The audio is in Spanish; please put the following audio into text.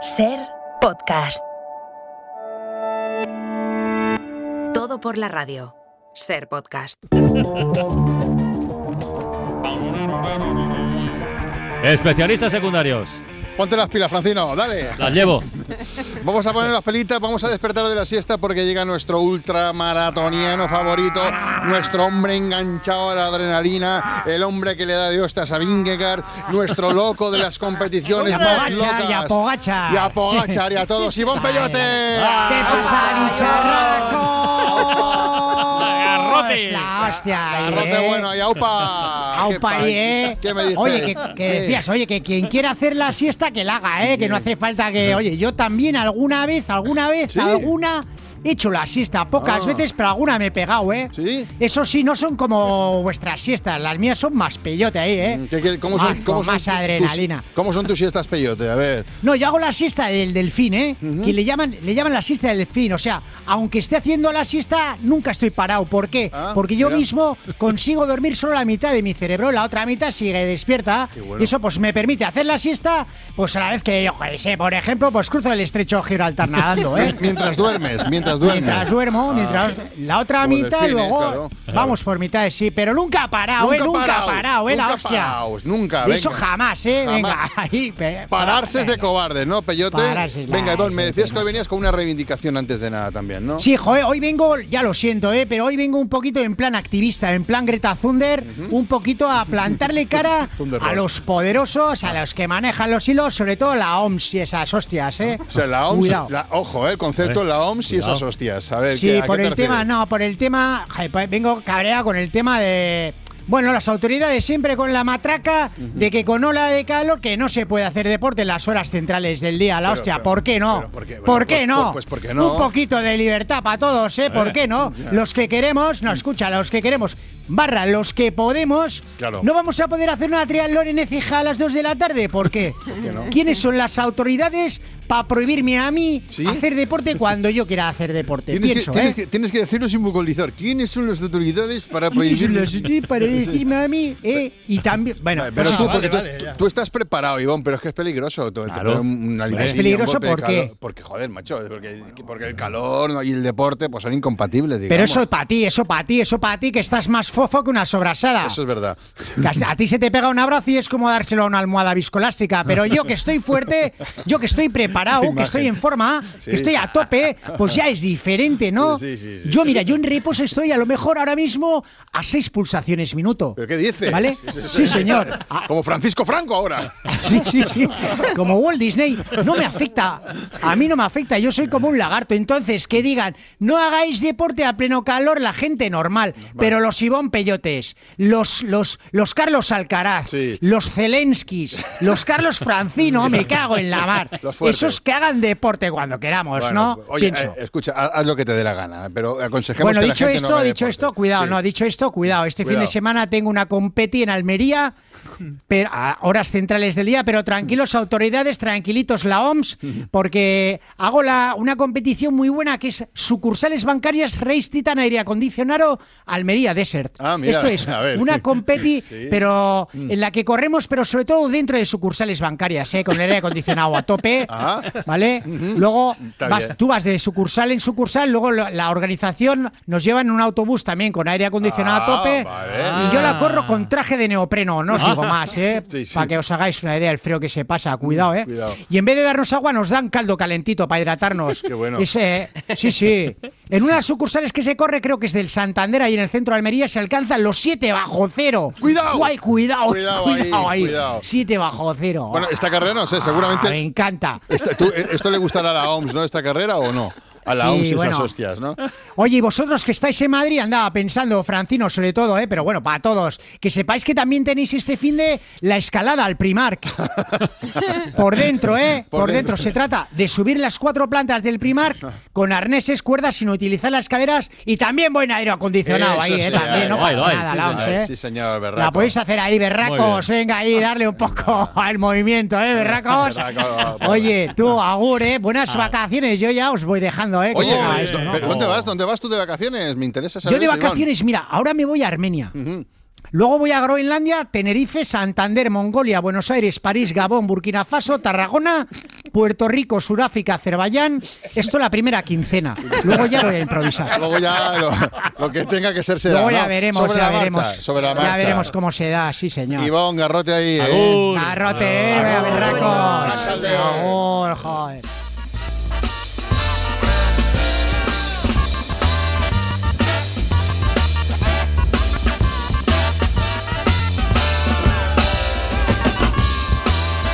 Ser podcast. Todo por la radio. Ser podcast. Especialistas secundarios. Ponte las pilas, Francino, dale. Las llevo. Vamos a poner las pelitas, vamos a despertar de la siesta porque llega nuestro ultramaratoniano favorito, nuestro hombre enganchado a la adrenalina, el hombre que le da Dios a Vingegaard, nuestro loco de las competiciones más locas. Y a Pogacha. Y a Pogachar y a todos. Iván Peyote. ¿Qué pasa, bicharraco? Garrote. Es la hostia. Garrote eh. bueno, y aupa. Aupa, ¿Qué, eh. ¿Qué me dices? Oye, que, que ¿Qué? decías, oye, que quien quiera hacer la siesta, que la haga, eh. Que no hace falta que. Oye, yo también alguna vez, alguna vez, Sí. alguna. He hecho la siesta pocas Ah. veces, pero alguna me he pegado, ¿eh? ¿Sí? Eso sí, no son como vuestras siestas, las mías son más peyote ahí, ¿eh? Mm, ¿Qué- qué- ¿Cómo son, Más- cómo con son más tus- adrenalina. ¿Cómo son tus siestas, Peyote? A ver. No, yo hago la siesta del delfín, ¿eh? Que le llaman, le llaman la siesta del delfín. O sea, aunque esté haciendo la siesta, nunca estoy parado. ¿Por qué? Ah, Porque yo mira. mismo consigo dormir solo la mitad de mi cerebro, la otra mitad sigue despierta. bueno. Y eso pues me permite hacer la siesta, pues a la vez que yo qué sé, por ejemplo, pues cruzo el estrecho Gibraltar nadando, ¿eh? Mientras duermes, mientras duermes. Mientras duermo, mientras la otra Como mitad delfines, luego claro. vamos por mitad sí, pero nunca parado, eh, nunca parao, parado, eh, la nunca hostia. paraos, nunca, De eso venga. jamás, eh, Jamás. venga, ahí, pe- Pararse es de cobardes, ¿no, Peyote? Pararse, Venga, nah, Iván, me eso decías es que hoy venías con una reivindicación antes de nada también, ¿no? Sí, joder, hoy vengo, ya lo siento, eh, pero hoy vengo un poquito en plan activista, en plan Greta Thunder, un poquito a plantarle cara Thunderbolt. Ah. a los poderosos, a los que manejan los hilos, sobre todo la OMS y esas hostias, ¿eh. O sea, la OMS, Cuidado. la- ojo, eh, el concepto, Eh, la OMS y cuidado. esas hostias. A ver, Sí, ¿qué- a por qué te el tema, refieres? no, por el tema, joder, pues vengo cabreado con el tema de... Bueno, las autoridades siempre con la matraca de que con ola de calor que no se puede hacer deporte en las horas centrales del día, la Pero, hostia, pero, ¿por qué no? pero, ¿por qué? Bueno, ¿Por qué pues, no? pues, pues, ¿por qué no? Un poquito de libertad para todos, ¿eh? ¿Por qué no? Los que queremos, Mm. no, escucha, los que queremos, barra, los que podemos, Claro. no vamos a poder hacer una triatlón en Écija a las 2 de la tarde, ¿por qué? qué no? ¿Quiénes son las autoridades para prohibirme a mí ¿Sí? hacer deporte cuando yo quiera hacer deporte? Tienes, Pienso, que, tienes, ¿eh? que, tienes que decirlo sin bucolizar. ¿Quiénes son las autoridades para Oye, se prohibir? las estoy para decirme a mí, ¿eh? Y también, bueno, Vale, Pero pues tú, eso. porque tú, tú- tú estás preparado, Iván, pero es que es peligroso. Te- te Claro. pone una Claro. limusina, Es un peligroso golpe de porque- calor. Porque, joder, macho, es porque, porque el calor y el deporte pues son incompatibles, digamos. pero eso para ti, eso para ti, eso para ti, que estás más fofo que una sobrasada. Eso es verdad. Que a- A ti se te pega un abrazo y es como dárselo a una almohada viscolástica. Pero yo que estoy fuerte, yo que estoy preparado, que Imagen. estoy en forma, Sí. que estoy a tope, pues ya es diferente, ¿no? Sí, sí, sí. Yo, mira, yo en reposo estoy a lo mejor ahora mismo a seis pulsaciones minuto. ¿Pero qué dices? ¿Vale? Sí, señor. A- Como Francisco Franco ahora. Sí, sí, sí. Como Walt Disney, no me afecta. A mí no me afecta. Yo soy como un lagarto. Entonces, que digan, no hagáis deporte a pleno calor, la gente normal. Pero los Ivón Peyotes, los, los, los Carlos Alcaraz, Sí. los Zelenskis, los Carlos Francino, me cago en la mar. Los fuertes. Esos que hagan deporte cuando queramos, Bueno, Pues ¿no? Oye, Pienso. eh, escucha, ha- haz lo que te dé la gana, eh, pero aconsejemos Bueno, que la dicho gente no esto, haga dicho deporte. esto, cuidado, Sí. no, dicho esto, cuidado. Este fin Cuidado. de semana tengo una competi en Almería, pero a horas centrales del día, pero tranquilos autoridades, tranquilitos la OMS, porque hago la, una competición muy buena que es sucursales bancarias Race Titan Aire Acondicionado Almería Desert. Ah, mira, esto es a ver. una competi, Sí. Mm. pero en la que corremos, pero sobre todo dentro de sucursales bancarias, ¿eh? con el aire acondicionado a tope, Ah. ¿vale? Luego Está vas- bien. tú vas de sucursal en sucursal, luego lo- la organización nos lleva en un autobús también con aire acondicionado Ah, a tope. vale. Ah. Y yo la corro con traje de neopreno, no os digo más, ¿eh? Sí, sí. Para que os hagáis una idea del frío que se pasa, cuidado, ¿eh? cuidado. Y en vez de darnos agua, nos dan caldo calentito para hidratarnos. Qué bueno. Es, eh, sí, sí. En una de las sucursales que se corre, creo que es del Santander, ahí en el centro de Almería, se alcanzan los 7 bajo cero. ¡Cuidado! Guay, cuidado, Cuidado ahí, cuidado. 7 bajo cero. Bueno, esta carrera no sé, seguramente- Ah, me encanta. Esta- tú, eh, ¿Esto le gustará a la OMS, no? ¿Esta carrera o no? A la Sí, OMS y esas bueno. hostias, ¿no? Oye, y vosotros que estáis en Madrid, andaba pensando, Francino, sobre todo, ¿eh? pero bueno, para todos, que sepáis que también tenéis este fin de la escalada al Primark. Por dentro, ¿eh? Por Por, dentro. dentro. Se trata de subir las cuatro plantas del Primark con arneses, cuerdas, sin utilizar las escaleras y también buen aire acondicionado Eso ahí, ¿eh? sí, ahí, también, no ahí, pasa ahí, nada, sí, la sí, OMS, Ay, ¿eh? Ah, Sí, señor, La berraco. podéis hacer ahí, berracos. Venga ahí, darle un poco al movimiento, ¿eh, berracos? Berraco. Ah. Oye, tú, Agur, ¿eh? Buenas vacaciones. Yo ya os voy dejando, ¿eh? que Oye, llega eh, esto, ¿no? pero ¿dónde vas? ¿Dónde vas tú de vacaciones? Me interesa saber. Yo de eso, Iván. vacaciones, mira, ahora me voy a Armenia. Luego voy a Groenlandia, Tenerife, Santander, Mongolia, Buenos Aires, París, Gabón, Burkina Faso, Tarragona, Puerto Rico, Sudáfrica, Azerbaiyán. Esto la primera quincena. Luego ya voy a improvisar. Luego ya lo, lo que tenga que ser será. Luego ya ¿no? veremos, Sobre ya la marcha, veremos. sobre la marcha. Ya veremos cómo se da, sí, señor. Ivonne, garrote ahí. ¿eh? Agur. Garrote, eh, vea, Agur. berracos. Arratsalde. Agur, joder.